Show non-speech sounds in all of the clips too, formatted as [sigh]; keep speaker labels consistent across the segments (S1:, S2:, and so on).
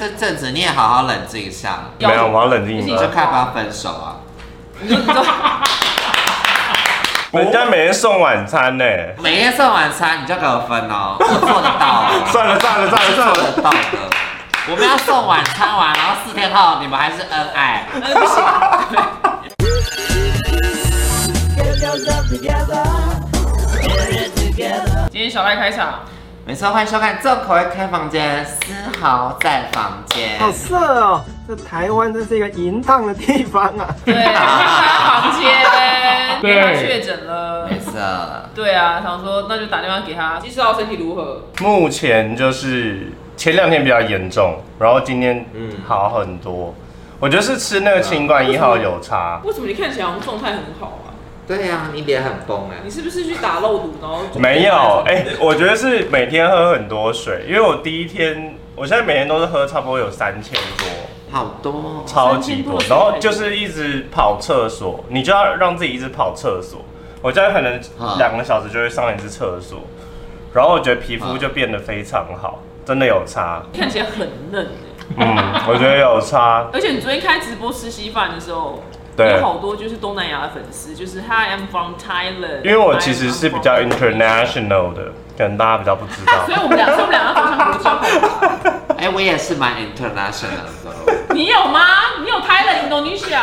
S1: 这阵子你也好好冷静一下，
S2: 要
S3: 没有，我要冷静
S2: 不
S3: 一
S2: 行
S1: 你就
S3: 下。
S1: 看要
S2: [laughs]
S1: 不要分手啊。
S2: 嗯
S3: 人家每天送晚餐呢、
S1: 每天送晚餐你就给我分哦，我做得到哦，
S3: 算了算了算了算
S1: 做
S3: 了，
S1: 得到的。我们要送晚餐完，然后四天后你们还是恩爱。
S2: 不行，
S4: Get yourself together. Get it together.
S2: 今天小赖开场，
S1: 没错，欢迎收看《重口味开房间》，丝毫在房间。
S5: 好色哦！这台湾真是一个淫荡的地方啊！
S2: 对，他房间，因为他确诊了。
S1: 没错，
S2: [laughs] 对啊，想说那就打电话给他，不知道身体如何。
S3: 目前就是前两天比较严重，然后今天好很多。我觉得是吃那个清冠一号有差，
S6: 为什么你看起来好像状态很好啊？
S1: 对呀、你脸很崩哎、
S6: 你是不是去打肉毒，然后就
S3: 没有，哎、我觉得是每天喝很多水，因为我第一天，我现在每天都是喝差不多有三千多，
S1: 好多、哦。
S3: 超级多，
S6: 3000多
S3: 然后就是一直跑厕所，你就要让自己一直跑厕所。我现在可能
S1: 啊
S3: 两个小时就会上一次厕所，然后我觉得皮肤就变得非常好，真的有差，
S2: 看起来很嫩欸
S3: 嗯，我觉得有
S2: [laughs]
S3: 差，
S2: 而且你昨天开直播吃稀饭的时候，
S3: 对
S2: 有。好多就是东南亚的粉丝，就是 Hi I'm from Thailand，
S3: 因为我其实是比较
S2: I am from
S3: international 的，可能大家比较不知道
S2: 所以。我们俩，所以我们俩要走向国际化。
S1: 哎、我也是蛮 international 的。
S2: [laughs] 你有吗？你有 Thailand、Indonesia？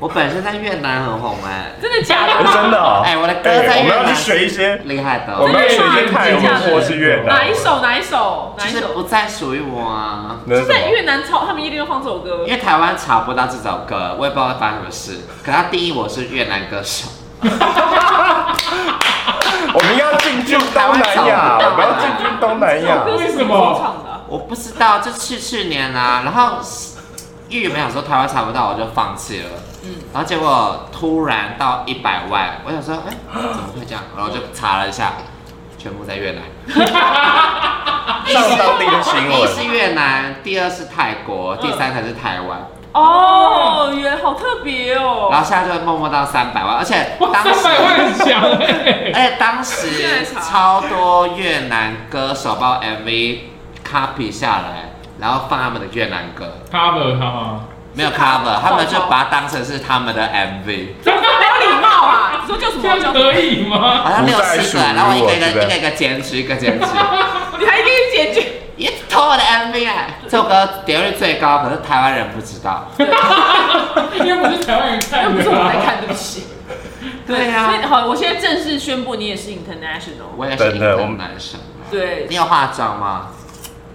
S1: 我本身在越南很红哎、
S2: 啊真的假
S3: 哎
S2: 的？
S3: [laughs] 真的哦，
S1: 哎我的歌
S3: 哎
S1: 在
S3: 我们要
S1: 越南
S3: 去学一些，
S1: 厉害的
S3: 我
S1: 哦，
S3: 们要学一些泰文或是越南。
S2: 啊哪一首？哪一首？
S1: 就
S2: 哪一
S1: 是不
S2: 首？
S1: 再属于我啊。
S3: 那是
S2: 就在
S3: 什
S2: 越南超，他们夜店都放这首歌
S1: 因。为台湾查不到这首歌，我也不知道会发生什么事。可他定义我是越南歌手，
S3: 么？我们要进军东南亚，我们要进军东南亚。
S2: 歌是什么时候唱的啊？
S1: 我不知道，就去去年啊，然后因为原本想说台湾查不到，我就放弃了。嗯，然后结果突然到一百万，我想说，哎、怎么会这样？然后我就查了一下，全部在越南。
S3: 上当地
S7: 哦
S3: 的新
S1: 第一是
S3: 闻，
S1: 越南，第二是泰国，第三才是台湾。
S2: 哦，原来好特别
S1: 然
S3: 啊
S2: 哦。
S1: 后现在就会默默到三百万，而且
S7: 哇，
S1: 当
S7: 三
S1: 时
S7: 百万很强
S1: [laughs]
S7: 哎、
S1: 而且当时
S2: 现在查
S1: 超多越南歌手把我 MV copy 下来，然后放他们的越南歌，
S7: cover 他吗？
S1: 没有 cover，他们就把它当成是他们的 MV，
S2: 没有礼貌啊！你说叫
S1: [laughs]
S2: 什么？
S7: 这样可以吗？
S1: 好像六
S3: 不再
S1: 七
S3: 属
S1: 个
S3: 于我，
S1: 然后我一个一
S3: 是不
S1: 个
S3: 是
S1: 一个一个检举，一个
S3: [laughs]
S1: 检举，
S2: 你还一定去解决？
S1: 也偷我的 MV 啊！这首歌点阅率最高，可是台湾人不知道。啊
S7: 因为不是台湾人看的、啊，
S2: 又不是我在 [laughs] 看，对不起。
S1: 对啊
S2: 所以
S1: 呀，
S2: 好，我现在正式宣布，你也是 international。
S1: 我也是一
S3: 真的
S1: 个
S3: 我们
S1: 男生。
S2: 对
S1: 你，有化妆吗？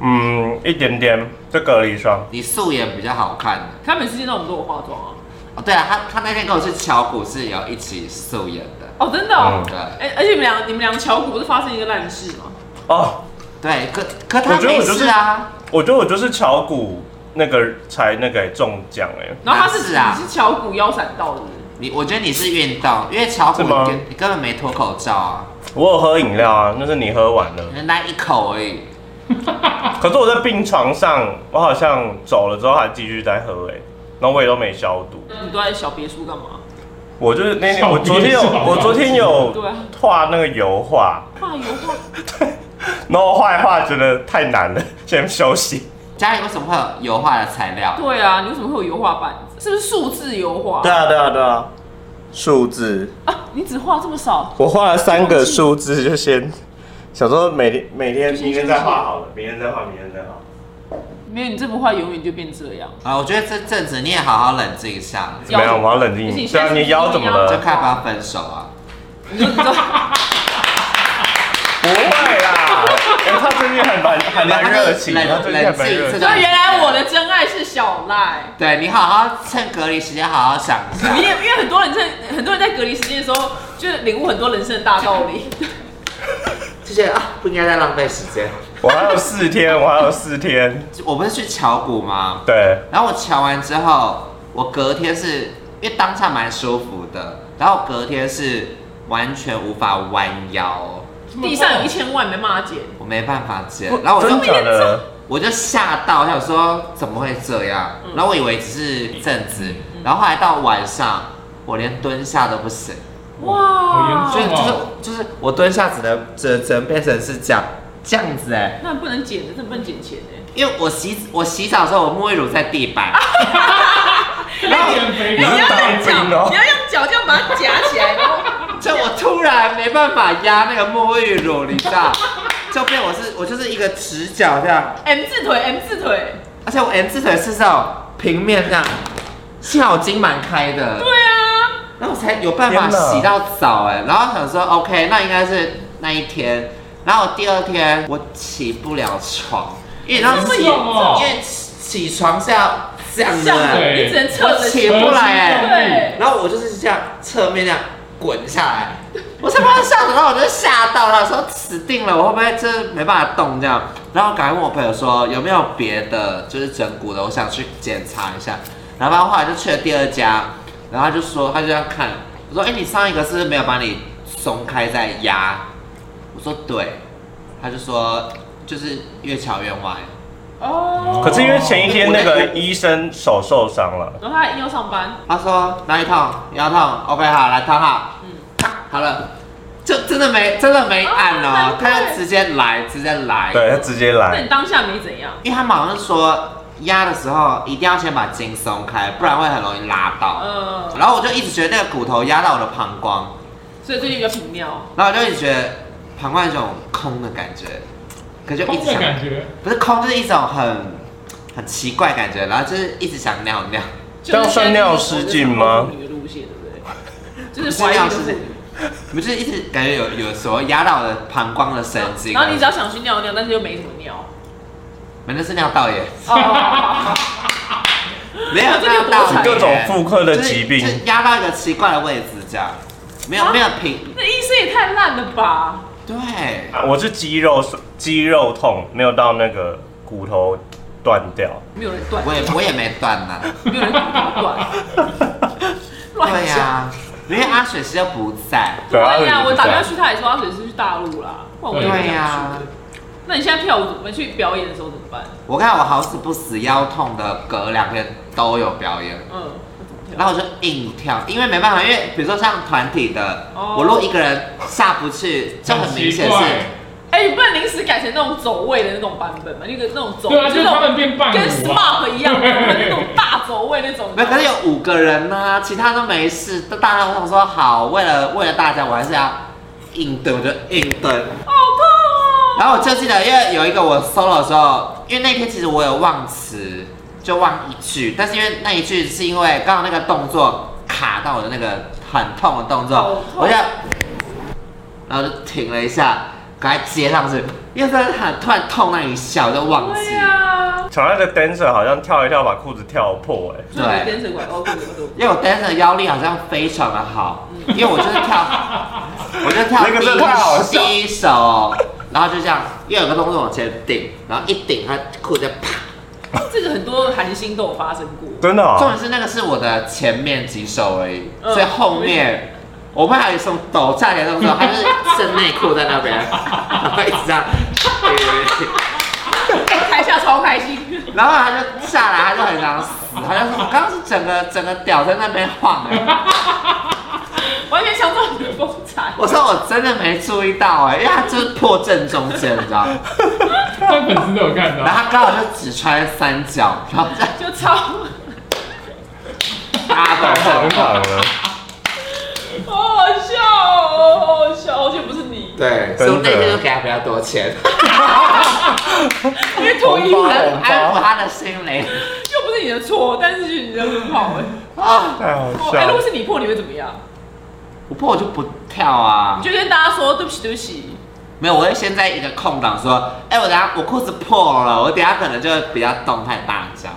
S3: 嗯，一点点，就隔离霜。
S1: 你素颜比较好看。
S2: 他每次见到我们都有化妆啊。
S1: 哦，对啊，他他那天跟我去敲鼓是有一起素颜的，
S2: 哦，真的、哦。
S3: 嗯
S1: 对
S2: 哎、而且你们俩，你们俩巧虎不是发生一个烂事吗？
S3: 哦，
S1: 对，可可他
S3: 我觉得
S1: 没
S3: 我就是
S1: 事啊，
S3: 我觉得我就是炒股那个才那个中奖哎，
S2: 然后他是
S1: 烂事啊
S2: 你是巧虎腰闪到的，
S1: 你我觉得你是运动，因为敲鼓
S3: 是吗
S1: 你根你根本没脱口罩啊，
S3: 我有喝饮料啊，那是你喝完了。
S1: 人家一口而已，
S3: 可是我在病床上，我好像走了之后还继续在喝哎、欸，然后我也都没消毒。
S2: 你都在小别墅干嘛？
S3: 我就是那天，
S7: 小
S3: 我
S7: 别
S3: 昨天有，
S7: 是好吧
S3: 我昨天有
S2: 对啊
S3: 画那个油画，
S2: 画油画，
S3: 然后画一画觉得太难了，先休息。
S1: 家里为什么会有油画的材料？
S2: 对啊，你为什么会有油画板？是不是数字油画？
S3: 啊，对啊，对啊。
S8: 数字，
S2: 啊，你只画这么少，
S8: 我画了三个数字，就先想说每天每天
S3: 明天再画好了，明天再画，明天再画。
S2: 没有你这幅画永远就变这样。
S1: 啊，我觉得这阵子你也好好冷静一下，
S2: 腰
S3: 没有，我要冷静
S2: 不是你。
S3: 对
S2: 现
S3: 啊，
S2: 在是
S3: 你腰怎么
S1: 就
S3: 了？
S1: 看要不要分手啊。
S2: 你就你知道，
S3: 不会啦，哎他最近很蛮还蛮热情，
S1: 冷
S3: 他最近还蛮热
S1: 冷静
S3: 情
S1: 这。
S2: 所以原来我的真爱是小
S1: [laughs]
S2: 赖。
S1: 对你好好趁隔离时间好好想一下
S2: 你，也因为很多人在很多人在隔离时间的时候，就是领悟很多人生的大道理。
S1: 就觉得啊不应该再浪费时间。
S3: 我还有四天，我还有四天。
S1: 我不是去敲鼓吗？
S3: 对，
S1: 然后我瞧完之后，我隔天是因为当下蛮舒服的，然后隔天是完全无法弯腰，哦
S2: 地上有一千万没办法捡，
S1: 我没办法接。然后我
S3: 真
S1: 就
S3: 假的？
S1: 我就吓到，我想说怎么会这样？然后我以为只是一阵子，然后后来到晚上，我连蹲下都不行，
S2: 哇！
S7: 好严
S1: 所以
S7: 重
S1: 就是
S7: 哦！
S1: 就是我蹲下只能只只能变成是这样。这样子哎、
S2: 那不能捡的，这不能捡钱哎。
S1: 因为我洗我洗澡的时候，我沐浴乳在地 [laughs] 板，
S7: 要减肥
S8: 你是
S7: 的，
S8: 当兵
S2: 你
S8: 哦，
S2: 要用脚这样把它夹起来，然后
S1: 就我突然没办法压那个沐浴乳，你知道，就变我是我就是一个直角这样，
S2: M 字腿，M 字腿。
S1: 而且我 M 字腿是这种平面这样，幸好筋蛮开的，
S2: 对啊，
S1: 然后我才有办法
S8: 天哪
S1: 洗到澡哎、然后想说 OK，那应该是那一天，然后第二天我起不了床，因为然后
S7: 这么
S1: 起
S7: 严重哦
S1: 因为起床是要这样的、
S2: 像
S7: 对
S2: 你只能侧着
S1: 起
S2: 起
S1: 不来哎、
S2: 对，
S1: 然后我就是这样侧面这样滚下来，我才把他吓死，然后我就吓到了，说死定了，我会不会就是没办法动这样？然后赶快问我朋友说有没有别的就是整骨的，我想去检查一下。然后反正后来就去了第二家，然后他就说他就这样看，我说哎、你上一个是不是没有把你松开再压？我说对，他就说就是越瞧越歪。
S2: 哦。
S3: 可是因为前一天那个医生手受伤了，
S2: 然后他硬要上班，
S1: 他说哪里痛？腰痛？OK，好，来躺好。嗯，好了，就真的没真的没按哦
S2: 哦，
S1: 他
S2: 难怪
S1: 就直接来，直接来。
S3: 对，他，直接
S2: 那
S3: 来
S2: 你，当下没怎样？
S1: 因为他们好像说压的时候一定要先把筋松开，不然会很容易拉到。
S2: 呃，
S1: 然后我就一直觉得那个骨头压到我的膀胱，
S2: 所以最近比较频尿，
S1: 然后我就一直觉得膀胱有一种空的感觉，可就一
S7: 空
S1: 直
S7: 的
S1: 想，
S7: 感觉，
S1: 不是空，就是一种很很奇怪的感觉，然后就是一直想尿尿。 [laughs]
S2: 就是
S3: 这样算尿失禁吗
S2: 妇女的路线对不对？就是
S1: 不
S2: 怀
S1: 是 [laughs]
S2: 孕
S1: 尿
S2: 的
S1: 失
S2: 妇
S1: 禁
S2: 女。
S1: 不是一直感觉有有什么压到我的膀胱的神经，啊
S2: 然后你只要想去尿尿，但是又没什么
S1: [laughs]
S2: 尿。
S1: 没那是尿道炎，
S2: 哦，
S1: 没有
S2: 这个
S1: 尿道炎，
S2: 多惨
S3: 各种妇科的疾病
S1: 就是就是压到一个奇怪的位置，这样没有
S2: 啊
S1: 没有平，
S2: 那医生也太烂了吧！
S1: 对，
S3: 啊我是肌肉肌肉痛，没有到那个骨头断掉。
S2: 没有人断，
S1: 我也我也没断
S2: [laughs]
S1: 呢，
S2: 没有
S1: [laughs]
S2: 人断，乱
S1: 对呀、
S2: 讲。
S1: 因为阿水师又不在，
S3: 对啊
S2: 对呀，我打电话
S3: 去。
S2: 去，他也说他只是去大陆啦。换我也
S1: 对
S2: 没
S1: 呀、
S2: 想去。那你现在跳舞怎么去表演的时候怎么办？
S1: 我看我好死不死腰痛的，隔两天都有表演，
S2: 嗯，那怎么跳？
S1: 然后我就硬跳，因为没办法，因为比如说像团体的，
S2: 哦
S1: 我如果一个人下不去，就很明显
S7: 很奇
S1: 是
S7: 怪。
S2: 哎、你不能临时改成那种走位的那种版本嘛？那个那种走，
S7: 对啊，就是
S2: 那
S7: 他们
S2: 种
S7: 变伴舞啊，
S2: 跟 SMAP 一样，走的那种大走位那种。
S1: 没有，可是有五个人呢、其他都没事。都大家都说好，为了为了大家，我还是要硬蹲，我就硬蹲。
S2: 好痛哦！
S1: 然后我就记得，因为有一个我 solo 的时候，因为那天其实我有忘词，就忘一句，但是因为那一句是因为刚好那个动作卡到我的那个很痛的动
S2: 好
S1: 作
S2: 痛，
S1: 我就然后就停了一下，赶快接上去，因为真的很突然痛那一下，我就忘
S2: 对
S1: 记。
S2: 呀、啊，
S3: 场上的 dancer 好像跳一跳把裤子跳破、哎，
S2: 就是你跟着拐哦，对对对。
S1: 因为我 dancer 的腰力好像非常的好，因为我就是
S3: [laughs]
S1: 跳，我就跳
S3: 嗯那个真的太好笑
S1: 第一手，然后就这样，因为有个动作往前顶，然后一顶，它裤子就啪。
S2: 这个很多韩星都有发生过。
S3: 真的、
S1: 重
S3: 哦，
S1: 点是那个是我的前面几手而已，
S2: 嗯
S1: 所以后面我怕还有送抖下来的动作，它就是剩内裤在
S3: [laughs]
S1: 那边，然后一直这样。
S2: 台下超开心，
S1: 然后他就下来，他就很想死，他就说：“我刚刚是整个整个屌在那边晃、欸。
S2: 完全抢到你的风采”。
S1: 我说：“我真的没注意到哎、因为他就是破正中间，你知道吗？”
S7: 但粉丝都有看
S1: 然
S7: 到，
S1: 后他刚好就只穿三角，然后在
S2: 就超
S1: 拉
S3: 太
S1: 到
S3: 荒
S1: 很
S3: 唐
S1: 好。
S3: 了。
S2: 好好笑哦，好好笑，而且不是你，
S1: 对，所以我那天就给他比较多钱， [laughs]
S2: 因为脱衣
S3: 红
S2: 服
S3: 包
S1: 安安抚他的心灵。
S2: 又不是你的错，但是就是你人很好哎。
S1: 啊，
S3: 太好
S2: 哦
S3: 笑
S2: 哎，如果
S3: 了。
S2: 是你破，你会怎么样？
S1: 我破我就不跳啊
S2: 你，就跟大家说对不起，对不起。
S1: 没有，我会先在一个空档说，哎、我等下我裤子破了，我等下可能就比较动态大叫。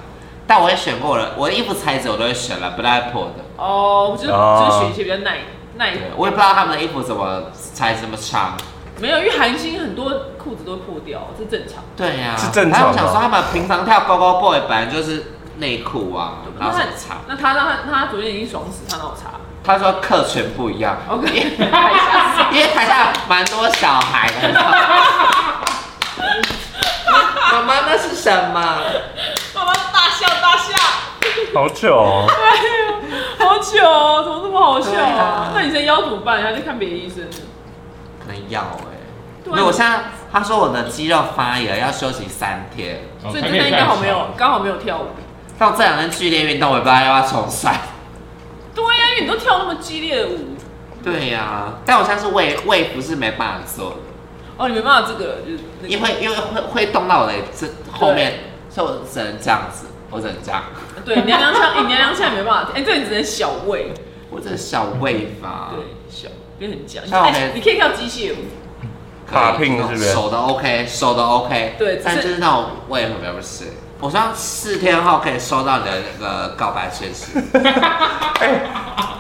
S1: 但我也选过了，我的衣服材质我都会选了，不太会破的。
S2: 哦，就是就
S3: 哦
S2: 是选一些比较耐耐，
S1: 对，我也不知道他们的衣服怎么材质这么长。
S2: 没有，因为韩星很多裤子都会破掉，这正常。
S1: 对呀、
S3: 是正
S1: 然
S3: 常
S1: 后
S3: 的
S1: 我想说，他们平常跳 Go Go Boy 本来就是内裤啊，然后什么长。
S2: 那他让他他昨天已经爽死，他哪有
S1: [laughs]
S2: 查
S1: 他说客群不一样， [laughs]
S2: ？OK，太吓死了
S1: 因为台下蛮多小孩的。你知道
S2: [laughs]
S1: 吗妈妈，那是什么？
S2: 妈妈大笑大笑，哎
S3: 好久、哦，
S2: 好久、哦，怎么那么好笑
S1: 对
S2: 啊
S1: 啊？
S2: 那你现在腰怎么办？然后去看别的医生。
S1: 可能要哎、欸。
S2: 对啊
S1: 没有，我现在他说我的肌肉发炎，要休息三天。
S7: 哦
S2: 所以
S7: 才
S2: 今
S7: 可
S2: 天
S7: 再
S2: 刚好没有
S7: 吵，
S2: 刚好没有跳舞。
S1: 到这两天剧烈运动，我也不知道要不要重摔。
S2: 对呀、因为你都跳那么激烈的舞，
S1: 对呀、但我现在是胃胃不是没办法做的，
S2: 哦，你没办法这个，就是那
S1: 因
S2: 个，
S1: 为因为会会动到我的这后面，所以我只能这样子，我只能这样，
S2: 对，你娘娘腔，你娘娘腔也没办法，哎、这你只能小胃，
S1: 我这小胃法。
S2: 对，小，就很僵。
S1: 像我
S2: 哎、
S1: 们
S2: 你可以跳机械舞，
S1: 可以
S3: 把拼是不是
S1: 手的 OK，手的 OK，
S2: 对
S1: 但
S2: 这
S1: 就是那种胃很不行。我希望四天后可以收到你的那个告白讯息。
S3: [laughs]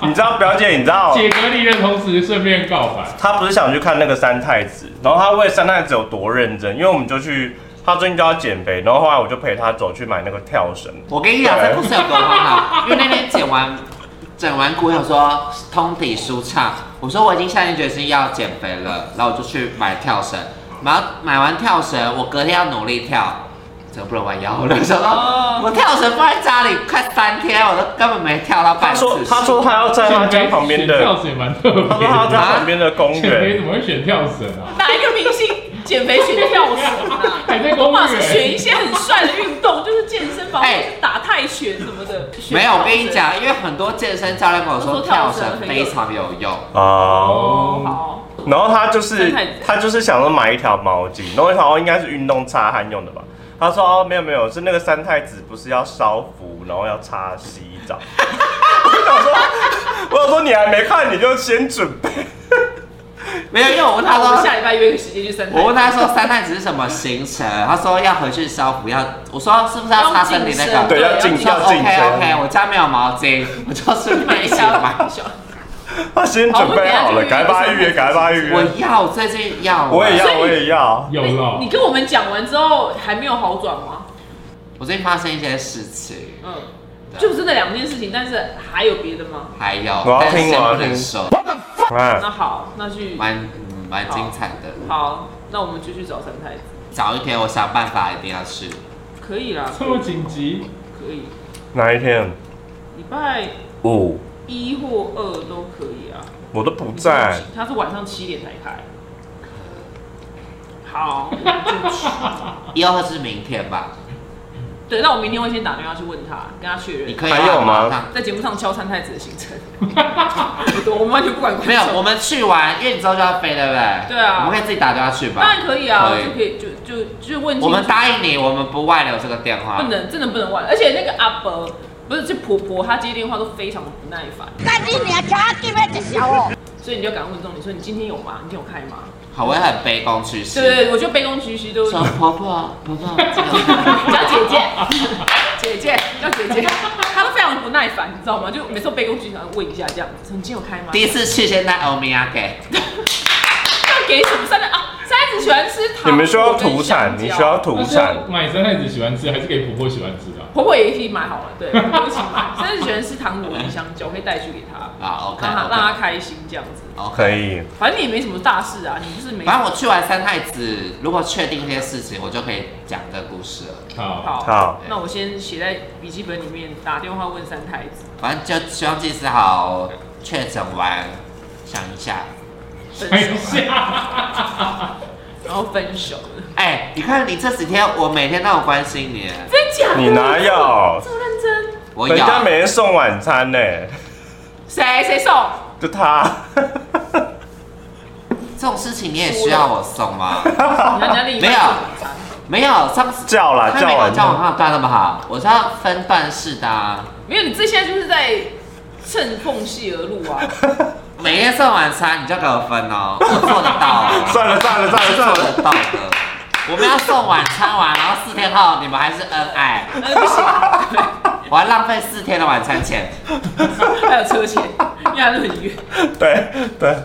S3: 你知道表姐，你知道
S7: 解隔离的同时顺便告白，
S3: 她不是想去看那个三太子，然后她为三太子有多认真，因为我们就去，她最近就要减肥，然后后来我就陪她走去买那个跳绳，
S1: 我跟你讲，这故事有多荒唐，因为那天剪完整完骨，有说通体舒畅，我说我已经下定决心要减肥了，然后我就去买跳绳，买买完跳绳，我隔天要努力跳，怎么不能弯腰了？想说我跳绳放在家里快三天，我都根本没跳到
S3: 她
S1: 半次。
S3: 说她说她要在她家旁边
S7: 选
S3: 的，
S7: 跳水蛮特别
S3: 她说她要在
S7: 的，
S3: 旁边的公 [laughs]
S7: 减肥
S3: 园
S7: 怎，么会选跳绳啊？
S2: 哪一个明星减肥选跳绳
S1: [laughs]
S2: 啊？
S7: 还在公
S2: 我马上
S7: 园
S2: 选一些很帅的运动，就是健身房、
S1: 哎
S2: 打泰拳什么的。选
S1: 没有，我
S2: 跳
S1: 跟你
S2: 绳，
S1: 讲，因为很多健身教练跟我说
S2: 都说跳
S1: 跳
S2: 绳
S1: 绳
S2: 很有
S1: 非常有用。
S3: 哦。
S2: 哦，好，
S3: 然后她就是
S2: 三太子
S3: 她就是想说买一条毛巾，然后我想哦应该是运动擦汗用的吧。她说哦没有没有，是那个三太子不是要烧符，然后要擦洗澡。我想说，我想说你还没看你就先准备。
S1: 没有，因为我问他
S2: 那我们
S1: 说，
S2: 下礼拜约个时间去三台。
S1: 我问他说三太子是什么行程，他说要回去烧符，要我说是不是要擦身体那
S2: 要
S1: 个？
S3: 对，要
S2: 对
S3: 进
S1: 说
S3: 要进
S1: OK
S3: 身，
S1: OK，我家没有毛
S2: [laughs]
S1: 巾，我就顺便一起买。
S3: [laughs] 他先准备好了，赶快把它预约，赶快把它
S2: 啊
S3: 预约。
S1: 我要，我最近要，
S3: 我也
S2: 所以
S3: 要，我也要。
S7: 有了
S2: 哎你，跟我们讲完之后还没有好转吗？
S1: 我最近发生一些事情，
S2: 嗯，就是那两件事情，但是还有别的吗？
S1: 还有，
S3: 我要
S1: 但是
S3: 听
S1: 先
S3: 我要
S1: 不能
S3: 听
S1: 说，
S3: 哎，
S2: 那好，那去
S1: 蛮嗯蛮精彩的。
S2: 好，那我们就去找三太子，
S1: 早一天我想办法一定要去。
S2: 可以啦，
S7: 这么紧急，
S2: 可以，
S3: 哪一天？
S2: 礼拜
S3: 五，
S2: 一或二都可以啊。
S3: 我都不在。
S2: 他是晚上七点才开。好，我们就
S7: [laughs]
S2: 去
S1: 一二是明天吧？
S2: 对，那我明天会先打电话去问他，跟他确
S1: 你
S2: 认，
S1: 可以
S3: 还有吗
S1: 马上
S2: 在节目上敲三太子的行
S7: [laughs]
S2: 程。我我们完全不管观
S1: [laughs]
S2: 众
S1: 没有，我们去完，因为你之后就要飞，对不对？
S2: 对啊
S1: 我们可以自己打电话去吧。
S2: 当然可以啊，
S1: 可以
S2: 就可以就就就问清楚。
S1: 我们答应你，我们不外流这个电话
S2: 不。能，真的不能玩。而且那个阿伯不是，就婆婆，她接电话都非常的不耐烦，
S4: 干你娘！家地面就小哦。
S2: 所以你就赶快问这种，你说你今天有吗？你今天有开吗？
S1: 好，我也很卑躬屈膝。
S2: 对对对，我就卑躬屈膝都
S1: 说
S2: 叫 [laughs]
S1: 婆婆，婆婆，这个
S2: 姐姐，姐姐叫姐姐，她都非常不耐烦，你知道吗？就每次都卑躬屈膝，然后问一下这样子，你今天有开吗？
S1: 第一次去先带欧米亚给。
S2: 要给什么三的啊？三子喜欢吃糖，
S3: 你们需要土产，你需要。土
S7: 那是
S3: 产
S7: 要。买三太子喜欢吃还是给婆婆喜欢吃的啊？
S2: 婆婆也一起买好了，对，婆婆一起买。三子喜欢吃糖果跟香蕉，我可以带去给她，
S1: 好，OK
S2: 让她让她
S1: OK
S2: 开心这样子。
S1: OK。
S3: 可以，
S2: 反正你也没什么大事啊，你就是没
S1: 反正我去完三太子，如果确定这些事情，我就可以讲这个故事了。
S7: 好，
S2: 好，
S3: 好
S2: 那我先写在笔记本里面，打电话问三太子。
S1: 反正就希望技师好确诊完，想一下。
S2: 分
S7: 等
S1: 哎
S7: 一
S2: 手，啊
S7: 下，
S2: 然后分手了，
S1: 哎、你看你这几天，我每天都有关心你，
S2: 真假的？
S3: 你哪有？
S2: 这么认真？
S1: 我有
S3: 人。家每天送晚餐呢，
S2: 谁谁送？
S3: 就他。 [laughs]
S1: 这种事情你也需要我送吗？
S2: 人家另一半
S1: 没有
S2: 送晚餐
S1: 没有，上次
S3: 叫啦
S1: 他
S3: 叫
S1: 没有
S3: 完
S1: 叫我好段那么好，我是要分段式的、啊，
S2: 没有，你这现在就是在趁缝隙而入啊！
S1: 每天送晚餐你就给我分哦，我做得到哦，
S3: 算了算了算了算
S1: 我
S3: 了
S1: 做。得到的。我们要送晚餐完，然后四天后你们还是恩爱，
S2: 呃，不行，
S1: 我还浪费四天的晚餐钱。
S2: 还有车钱，因为还是很远。
S3: 对对，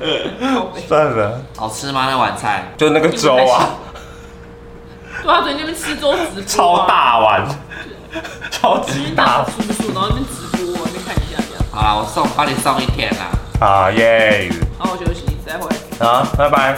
S2: 靠北
S3: 算了，
S1: 好吃吗？那晚餐？
S3: 就那个
S1: [laughs]
S3: 粥啊，
S2: 对啊，昨天那边吃粥直播、啊，
S3: 超，大碗，超级
S1: [laughs]
S2: 大
S3: 大
S2: 叔叔，然后那边直播、那边看一下这样。
S1: 好啦，我送，帮你送一天啦。
S3: 啊耶！啊
S2: 然后我休息，再回来。
S3: 好，拜拜。